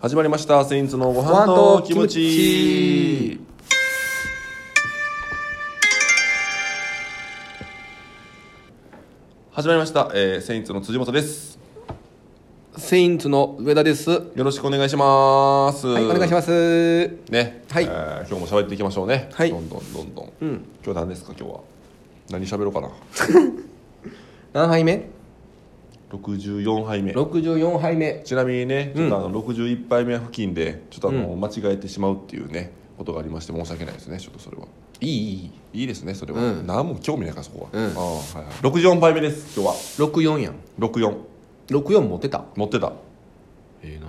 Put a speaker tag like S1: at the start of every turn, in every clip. S1: 始まりました「セインツのご飯とキムチ」始まりました、えー、セインツの辻本です
S2: セインツの上田です。は
S1: よろしくお願いします
S2: い、お願いします。
S1: すね
S2: はい
S1: えー今日も喋っていきましょうね
S2: はい
S1: どんどんどんどん、
S2: ん
S1: 今日何ですか今日は何喋ろうかな
S2: 何杯目
S1: 64杯目
S2: ?64 杯目。
S1: ちなみにねちょっとあの61杯目付近でちょっとあの、間違えてしまうっていうねことがありまして申し訳ないですねちょっとそれはい
S2: い、いい。
S1: いいですねそれは、
S2: うん
S1: 何も興味ないからそこは、
S2: うん
S1: ああはいはい、64杯目です今日は
S2: 64やん。
S1: 64
S2: 64持ってた
S1: 持ってた
S2: ええな。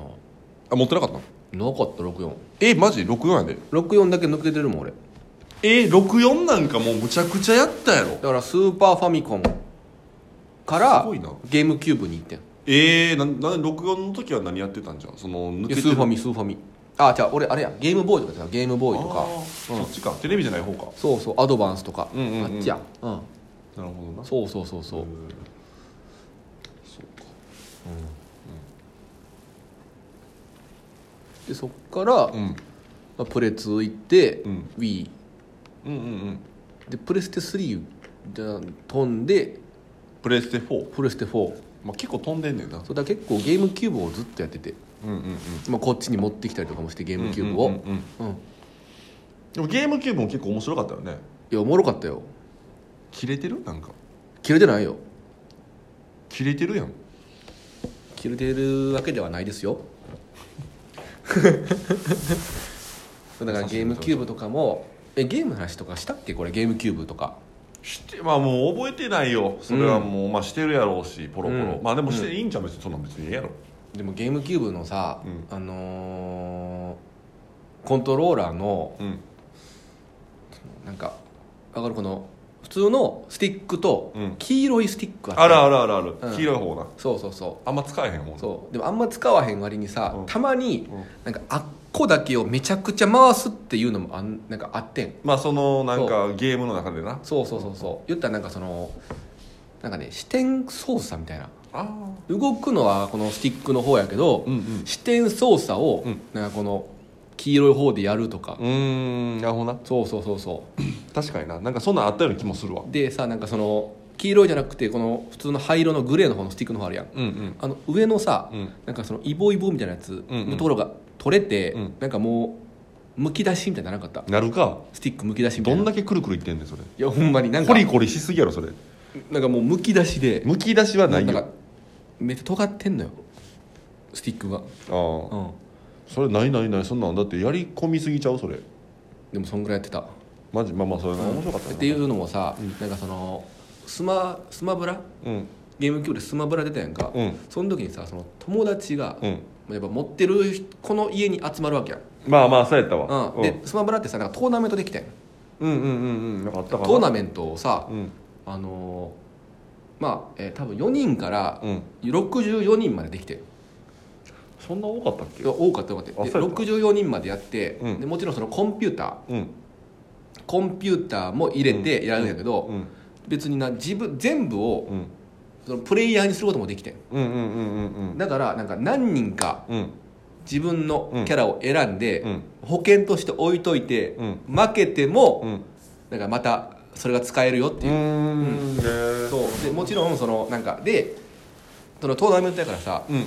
S1: あ持ってなかったの
S2: なかった、64。
S1: えマジ64やで
S2: 64だけ抜けてるもん、俺。
S1: え64なんかもうむちゃくちゃやったやろ
S2: だから、スーパーファミコンから
S1: すごいな
S2: ゲームキューブに行ってん。い
S1: えー、なんなん64の時は何やってたんじゃんその抜
S2: や
S1: けて
S2: スーファミ、スーファミ。あ、じゃあ俺、あれや。ゲームボーイとかやってたゲームボーイと
S1: あ
S2: か。
S1: ーそっちかテレビじゃない方か
S2: そうそう、アドバンスとか。
S1: うんうんうん
S2: あっちや。うん。
S1: なるほどな
S2: そうそうそうそう。
S1: んそうか
S2: で、そっから、
S1: う
S2: ま
S1: ん
S2: あ、プレ2行って、
S1: うん
S2: Wii。
S1: うんうんうん
S2: でプレステ3じゃ飛んで
S1: プレステ4、
S2: プレステ4
S1: まあ、結構飛んでんねんな
S2: そうだから結構ゲームキューブをずっとやってて、
S1: うんうんうん
S2: まあ、こっちに持ってきたりとかもしてゲームキューブ
S1: うんうん
S2: を
S1: うんうん
S2: うん
S1: でもゲームキューブも結構面白かったよね
S2: いやおもろかったよ
S1: 切れてるなんか
S2: 切れてないよ
S1: 切れてるやん
S2: 切れてるわけではないですよそう だからゲームキューブとかもえゲームの話とかしたっけこれゲームキューブとか
S1: してまあもう覚えてないよそれはもう、まあしてるやろうしポロポロ、
S2: うん
S1: まあでもしていいんじゃん別にそんなん別にええやろ
S2: でもゲームキューブのさ、
S1: うん
S2: あのーコントローラーの
S1: うん
S2: なんかわかるこの普通のスティックと
S1: うん
S2: 黄色いスティック
S1: ある
S2: る
S1: あるあるある、
S2: うん
S1: 黄色い方な
S2: そうそうそ
S1: あんま使えへん方
S2: う
S1: な
S2: そうでもあんま使わへん割にさ、
S1: うん
S2: たまに
S1: うん
S2: なんかあっこだけをめちゃくちゃ回すっていうのもあんなんかあってん
S1: まあそのなんかゲームの中でな
S2: そうそうそうそう言ったらなんかそのなんかね視点操作みたいな
S1: ああ
S2: 動くのはこのスティックの方やけど、
S1: うんうん
S2: 視点操作を
S1: うん
S2: なんかこの黄色い方でやるとか、
S1: うーんなるほどな
S2: そうそうそうそう
S1: 確かにななんかそんなんあったような気もするわ
S2: でさなんかその黄色いじゃなくてこの普通の灰色のグレーの方のスティックの方あるやん
S1: うんうん
S2: あの上のさ、
S1: うん
S2: なんかそのイボイボみたいなやつ
S1: うんうん
S2: のところが取れて、
S1: うん
S2: なんかもうむき出しみたいにならなかった
S1: なるか
S2: スティックむき出しみた
S1: ど
S2: いなん
S1: だけくるくるいってんねんそれ
S2: いやほんまになんか
S1: コリコリしすぎやろそれ
S2: なんかもうむき出しで
S1: むき出しはない
S2: なん
S1: よ
S2: かめっちゃ尖ってんのよスティックが、
S1: ああ
S2: うん、
S1: それないないないそんなんだってやり込みすぎちゃうそれ
S2: でもそんぐらいやってた
S1: マジまあまあそれが面白かった
S2: っ
S1: な
S2: ていうのもさ、なんかそのスマスマブラ
S1: うん
S2: ゲームキューブでスマブラ出たやんか、
S1: うん
S2: その時にさその友達が、
S1: うん
S2: やっぱ持ってる人この家に集まるわけやん、
S1: まあまあそうやった
S2: う
S1: わ
S2: んでスマブラってさなんかトーナメントできたやん
S1: うんうんうんうんなんかあったかな
S2: トーナメントをさ、
S1: うん
S2: あのーまあ、えー多分4人から
S1: うん
S2: 64人までできて
S1: そんな多かったっけ
S2: 多かったよかった
S1: あ
S2: で
S1: そうやった
S2: 64人までやって、
S1: うん
S2: でもちろんそのコンピューター
S1: うん
S2: コンピューターも入れてやるんやけど、
S1: うん
S2: 別にな自分全部を
S1: うん
S2: そのプレイヤーにすることもできてん
S1: うんうんうんうんうん
S2: だからなんか何人か
S1: うん
S2: 自分のキャラを選んで、
S1: うん
S2: 保険として置いといて、
S1: うん
S2: 負けても、
S1: うん
S2: なんかまたそれが使えるよっていう
S1: うーんねー
S2: そうでもちろんそのなんかでそのトーナメントだからさ
S1: うん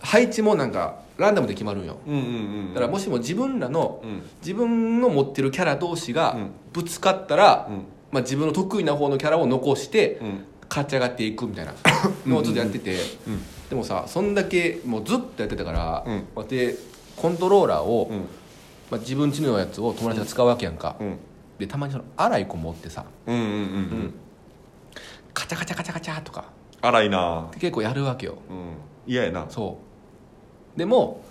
S2: 配置もなんかランダムで決まるんよ
S1: うんうんうん
S2: だからもしも自分らの
S1: うん
S2: 自分の持ってるキャラ同士
S1: う
S2: が
S1: ん
S2: ぶつかったら、
S1: うん
S2: まあ、自分の得意な方のキャラを残して
S1: うん
S2: 勝ち上がっていくみたいなのをちょっとやってて
S1: うん
S2: でもさそんだけもうずっとやってたから、
S1: うん
S2: まあでコントローラーを、
S1: うん
S2: まあ、自分ちのやつを友達が使うわけやんか、
S1: うん
S2: でたまにその荒い子持ってさ
S1: うんうんうんうん
S2: カチャカチャカチャカチャとか
S1: 荒いな
S2: って結構やるわけよ
S1: うん嫌やな
S2: そうでも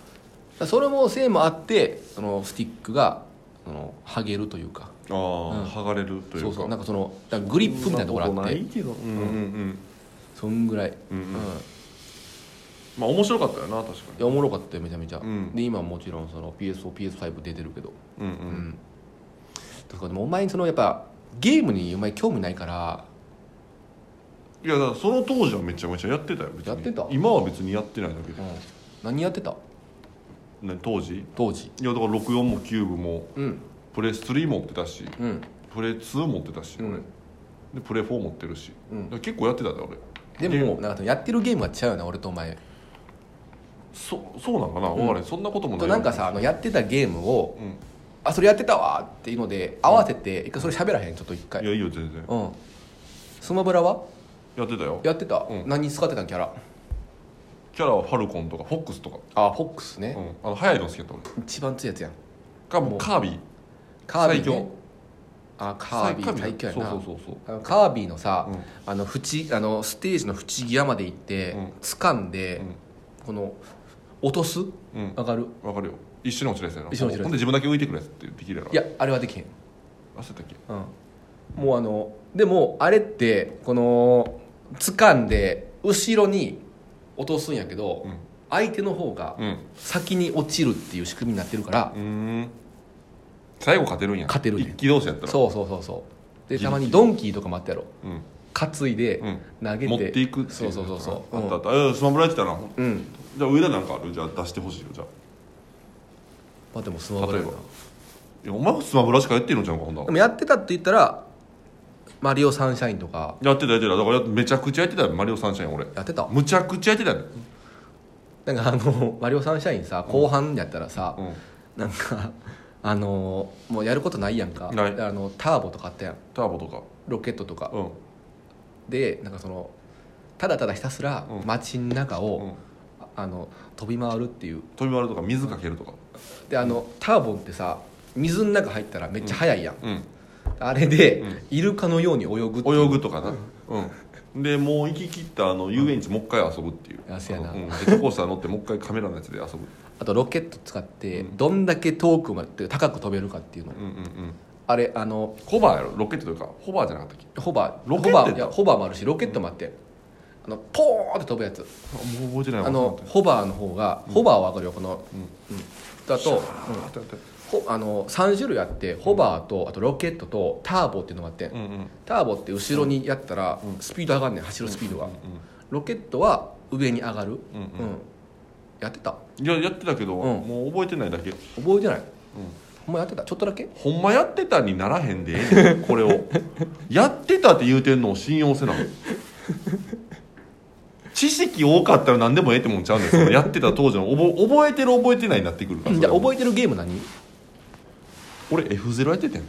S2: それもせいもあってそのスティックがそのはげるというか
S1: ああ
S2: うん
S1: 剥がれるというか
S2: そうそうなんかそのだからグリップみたいなところあっ
S1: そんなと
S2: て
S1: ないけどうんうんうん
S2: そんぐらい、
S1: うんうん
S2: い
S1: まあ面白かったよな確かに
S2: やおもろかったよめちゃめちゃ、
S1: うん
S2: で今もちろんその PSOPS5 出てるけど
S1: うんう
S2: うんとかでもお前そのやっぱゲームにお前興味ないから
S1: いやだからその当時はめちゃめちゃやってたよ別に
S2: やってた
S1: 今は別にやってないだけで、
S2: 何やってた
S1: ね当時
S2: 当時
S1: いやだから64もキューブも
S2: うん
S1: プレイス3持ってたし
S2: うん
S1: プレイ2持ってたし、
S2: う
S1: 俺
S2: ん
S1: でプレイ4持ってるし、
S2: うん
S1: だから結構やってたんだよ俺
S2: でもなんかやってるゲームが違うよな俺とお前
S1: そそうなんかな、分かんないそんなこともな
S2: と
S1: い
S2: なんかさあのやってたゲームを
S1: うん
S2: 「あそれやってたわ」っていうので合わせて一回それ喋らへんちょっと一回
S1: いやいいよ全然
S2: うんスマブラは
S1: やってたよ
S2: やってた、
S1: うん
S2: 何に使ってたんキャラ
S1: キャラはファルコンとかフォックスとか、
S2: あフォックス
S1: う
S2: ね、
S1: ん、あの早いの好きだった俺
S2: 一番強いやつやん
S1: かもうカービィ
S2: カービィ、ね、
S1: 最強
S2: あカービィ最強やな
S1: そうそうそう
S2: あのカービィのさ、
S1: うん
S2: あの縁あのステージの縁際まで行って、
S1: うん
S2: 掴んで、この落とす
S1: そううん
S2: 上がる
S1: わかるよ一緒に落ちるやつやな
S2: 一緒に落ちるやつ
S1: ほんで自分だけ浮いてくるやつってできるやろ
S2: いやあれはできへん、
S1: あそうやったっけ
S2: うん、もうあのでもあれってこの掴んで後ろに落とすんやけど、
S1: うん
S2: 相手の方が
S1: うん
S2: 先に落ちるっていう仕組みになってるから
S1: う、ーん最後勝てるんや
S2: 勝てるね
S1: 一騎同士やったら
S2: そうそうそうそうでたまにドンキーとかもあったやろ
S1: う、ん
S2: 担いで
S1: うん、
S2: 投げて、
S1: 持っていくっていう
S2: そうそうそうそう
S1: あったあ
S2: う、
S1: った、えースマブラやってたなん
S2: うん
S1: じゃあ上田なんかあるじゃあ出してほしいよじゃあ
S2: まあでもスマブラやない
S1: 例えいやお前もスマブラしかやってんのじゃんかほんなら
S2: でもやってたって言ったら「マリオサンシャイン」とか
S1: やってたやってただからめちゃくちゃやってたよマリオサンシャイン俺
S2: やってた
S1: むちゃくちゃやってたよ、
S2: なんかあの「 マリオサンシャインさ」後半やったらさ、
S1: うん、
S2: なんかあのもうやることないやんか
S1: ない
S2: あのターボとかあったやん
S1: ターボとか
S2: ロケットとか、
S1: うん
S2: でなんかそのただただひたすら
S1: うん
S2: 街の中を、
S1: うん
S2: ああの飛び回るっていう
S1: 飛び回るとか水かけるとか
S2: であのターボンってさ水の中入ったらめっちゃ速いやん、
S1: うん
S2: あれで、
S1: うん
S2: イルカのように泳ぐっていう
S1: 泳ぐとかなうんでもう行き切ったあの遊園地もう一回遊ぶっていう
S2: あそうやな
S1: あのうんジェットコースター乗ってもう一回カメラのやつで遊ぶ
S2: あとロケット使って
S1: うん
S2: どんだけ遠くまで高く飛べるかっていうの、
S1: うんうんうん
S2: あれあの
S1: ホバーやろロケットというかホバーじゃなかったっけ
S2: ホバー
S1: ロケッ
S2: ホ
S1: トやっ
S2: バ
S1: た
S2: ーいやホバーもあるしロケットもあって、あのポーンって飛ぶやつ
S1: あもう覚えてないわ
S2: あの
S1: ちょっと待って
S2: ホバーの方が、ホバーは分かるよこの、
S1: うん
S2: だと、うん
S1: あったあったあっ
S2: ほあの3種類あってホバーとあとロケットとターボっていうのがあって、
S1: たうんうんうん
S2: ターボって後ろにやったら、
S1: うん
S2: スピード上がんねん走るスピードが、ロケットは上に上がる、
S1: うんうん
S2: うんやってた
S1: いややってたけど、
S2: うん
S1: もう覚えてないだけ、うん、
S2: 覚えてないほんまやってたちょっとだけ
S1: ほんまやってたにならへんで ええねんこれをやってたって言うてんのを信用せな知識多かったら何でもええってもんちゃうねんそのやってた当時の覚覚えてる覚えてないになってくるから
S2: じゃあ
S1: それ
S2: 覚えてるゲーム何
S1: 俺 F0 やっててん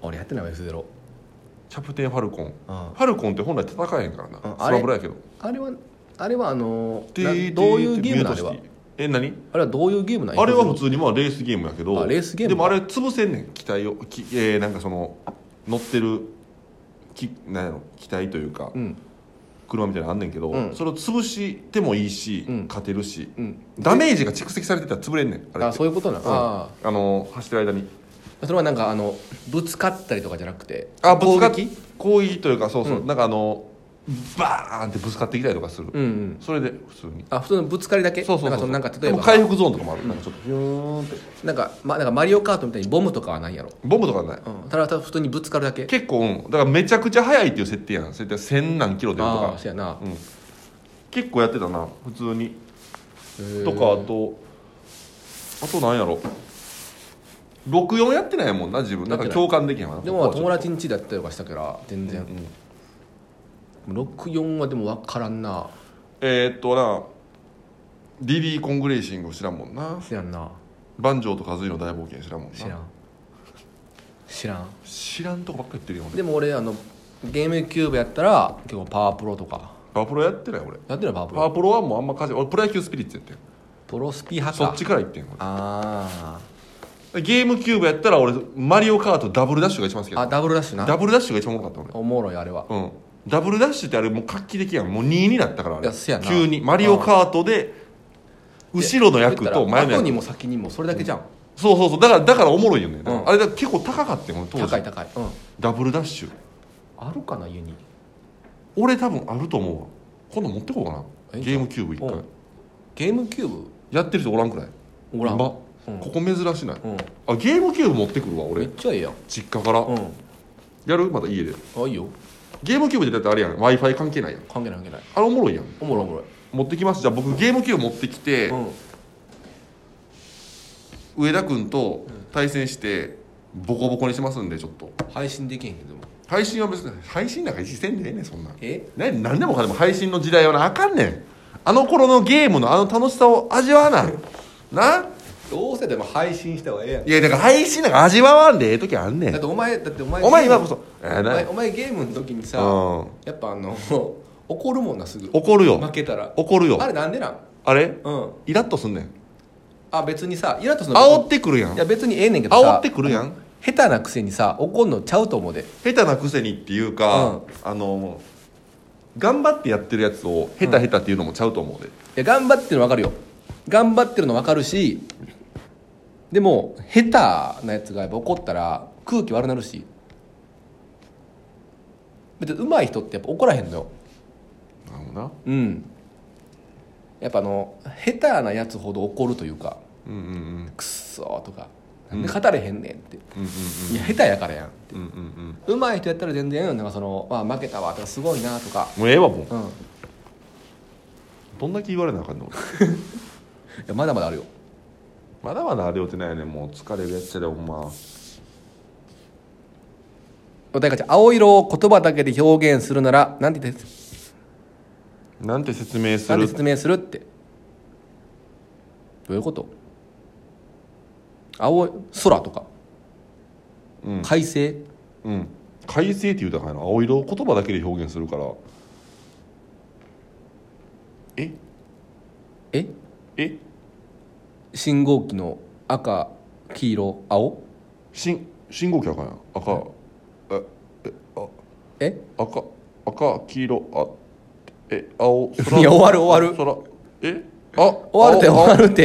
S2: 俺やってないわ F0
S1: キャプテンファルコン
S2: あ
S1: ファルコンって本来戦えへんからな
S2: うん
S1: スマブラやけど
S2: れはあれはあのー
S1: てー
S2: などういうゲームな
S1: て
S2: んあれ
S1: て
S2: は
S1: ミュートしてえ何
S2: あれはどういうゲームなん
S1: あれは普
S2: F0
S1: 通にまあレースゲームやけど
S2: あレースゲー
S1: で
S2: ム
S1: もあれ潰せんねん機体をき、えーなんかその乗ってるきなんやろ機体というか、
S2: うん
S1: 車みたいなのあんねんけど、
S2: うん
S1: それを潰してもいいし、
S2: うん
S1: 勝てるし
S2: うん
S1: ダメージが蓄積されてたら潰れんねんあれ
S2: あ
S1: って
S2: そういうことな
S1: うん
S2: あ
S1: あの走ってる間に
S2: あそれはなんかあのぶつかったりとかじゃなくて
S1: あぶつかっ
S2: 攻撃
S1: 攻撃というかそうそう、
S2: う
S1: なんかあのバーンってぶつかってきたりとかする、
S2: うんうん
S1: それで普通に
S2: あ普通のぶつかりだけ
S1: そうそうそう
S2: なんかそのなんか例え
S1: で
S2: ば
S1: も回復ゾーンとかもある、なんかちょっとヒューンって
S2: なんか,、ま、なんかマリオカートみたいにボムとかはないやろ、
S1: ボムとかない
S2: うん、ただただ普通にぶつかるだけ
S1: 結構、うん、だからめちゃくちゃ速いっていう設定やん設定千何キロ出ると
S2: あ
S1: か
S2: あそうやな
S1: うん、結構やってたな普通にと
S2: へ
S1: か
S2: ー
S1: あとあとなんやろ64やってないもんな自分なんか共感できへんわな
S2: でもまあ
S1: ここ
S2: 友
S1: は
S2: 達ん家だったりとかしたから全
S1: ちょっ
S2: 然
S1: と、うんうん
S2: 64はでも分からんな
S1: えーっとな DD コングレーシング知らんもんな
S2: 知らんな
S1: バンジョーとカズイの大冒険知らんもんな
S2: 知らん知らん
S1: 知らんとこばっか言ってるよ俺
S2: でも俺あのゲームキューブやったら結構パワープロとか
S1: パワープロやってない俺
S2: やってるパワープ
S1: パワ
S2: ロ
S1: ープロはもうあんま家事俺プロ野球スピリッツやってん
S2: プロスピ派
S1: そ
S2: か
S1: っちから行ってん
S2: あ
S1: 俺ゲームキューブやったら俺マリオカートダブルダッシュが一番好き
S2: ーあ
S1: やっ
S2: ダブルダッシュ
S1: た
S2: な
S1: ダブルダッシュが一番おもろかった俺
S2: おもろいあれは
S1: うん、ダブルダッシュってあれもう画期的やんもう2位になったからあ
S2: い
S1: れ
S2: やせやな
S1: 急にマリオカートで後ろの役と前の
S2: 後に
S1: 役
S2: も先にもそれだけじゃん、
S1: そうそうそうだからだからおもろいよね、
S2: うん
S1: あれだから結構高かったよ当
S2: 高
S1: 時
S2: い高い、うん、
S1: ダブルダッシュ
S2: あるかな家に
S1: 俺多分あると思うわ今度持ってこうか
S2: え
S1: ない
S2: い
S1: ゲームキューブ1
S2: う
S1: 回
S2: んゲームキューブ
S1: やってる人おらんくない
S2: おらん、
S1: 今
S2: うん
S1: ここ珍しない
S2: うん、
S1: あゲームキューブ持ってくるわ
S2: め
S1: 俺
S2: っちゃええやん
S1: 実家から
S2: う
S1: やるまた家で
S2: んあいいよ
S1: ゲームキューブってだってあれやん w i f i 関係ないやん
S2: 関係ない関係ない
S1: あれおもろいやん
S2: おもろいおもろい
S1: 持ってきますじゃあ僕ゲームキューブ持ってきて、
S2: うん
S1: 上田君と対戦してボコボコにしますんでちょっと
S2: 配信できへんけども
S1: 配信は別に配信なんか一時せんでええねんそんなん
S2: え
S1: 何何でもかんでも配信の時代はなあかんねんあの頃のゲームのあの楽しさを味わわないな
S2: どうせでも配信した方がええやん
S1: いやだから配信なんか味わわんでええ時あんね
S2: だっ
S1: ん
S2: てお前だってお前
S1: お前今こそえー
S2: お前
S1: な
S2: お前ゲームの時にさ
S1: うん
S2: やっぱあの 怒るもんなすぐ
S1: 怒る
S2: 負
S1: よ
S2: けたら
S1: 怒るよ
S2: あれなんでなん
S1: あれ
S2: うん
S1: イラッとすんねん
S2: あ別にさイラッとする
S1: 煽っててくるやん
S2: いや別にええねんけど
S1: 煽
S2: さ
S1: ってくるやん
S2: 下手なくせにさ怒んのちゃうと思うで
S1: 下手なくせにっていうか、あの頑張ってやってるやつを下手下手っていうのもちゃうと思うで、
S2: いや頑張ってるの分かるよ頑張ってるの分かるしでも下手なやつがやっぱ怒ったら空気悪なるし別に上手い人ってやっぱ怒らへんのよ
S1: なるほどな
S2: うんやっぱあの下手なやつほど怒るというか
S1: うんうんうん
S2: 「くっそ」とか「なんで語れへんねん」って
S1: うん
S2: 「いや下手やからやん」
S1: うんうんうんうん
S2: 上手い人やったら全然なんかその「まあ、負けたわ」とか「すごいな」とか
S1: もうええわもう
S2: うんい
S1: どんだけ言われなあかんの
S2: やまだまだあるよ
S1: まだまだあれよってないよねもう疲れるやつやでほんま
S2: お題かちゃん青色を言葉だけで表現するならなんて言って
S1: なんて説明す
S2: なんで
S1: る
S2: 説明するってどういうこと青い空とか、
S1: うん
S2: 快晴
S1: うん快晴って言うたらあかんやろ青色を言葉だけで表現するからえ
S2: え
S1: え
S2: 信号機の赤黄色青
S1: 信信号機あかんやん赤ええあ
S2: え
S1: 赤赤黄色あえ青空
S2: いや終わる終わる
S1: 空えあ
S2: 終わるて終わるて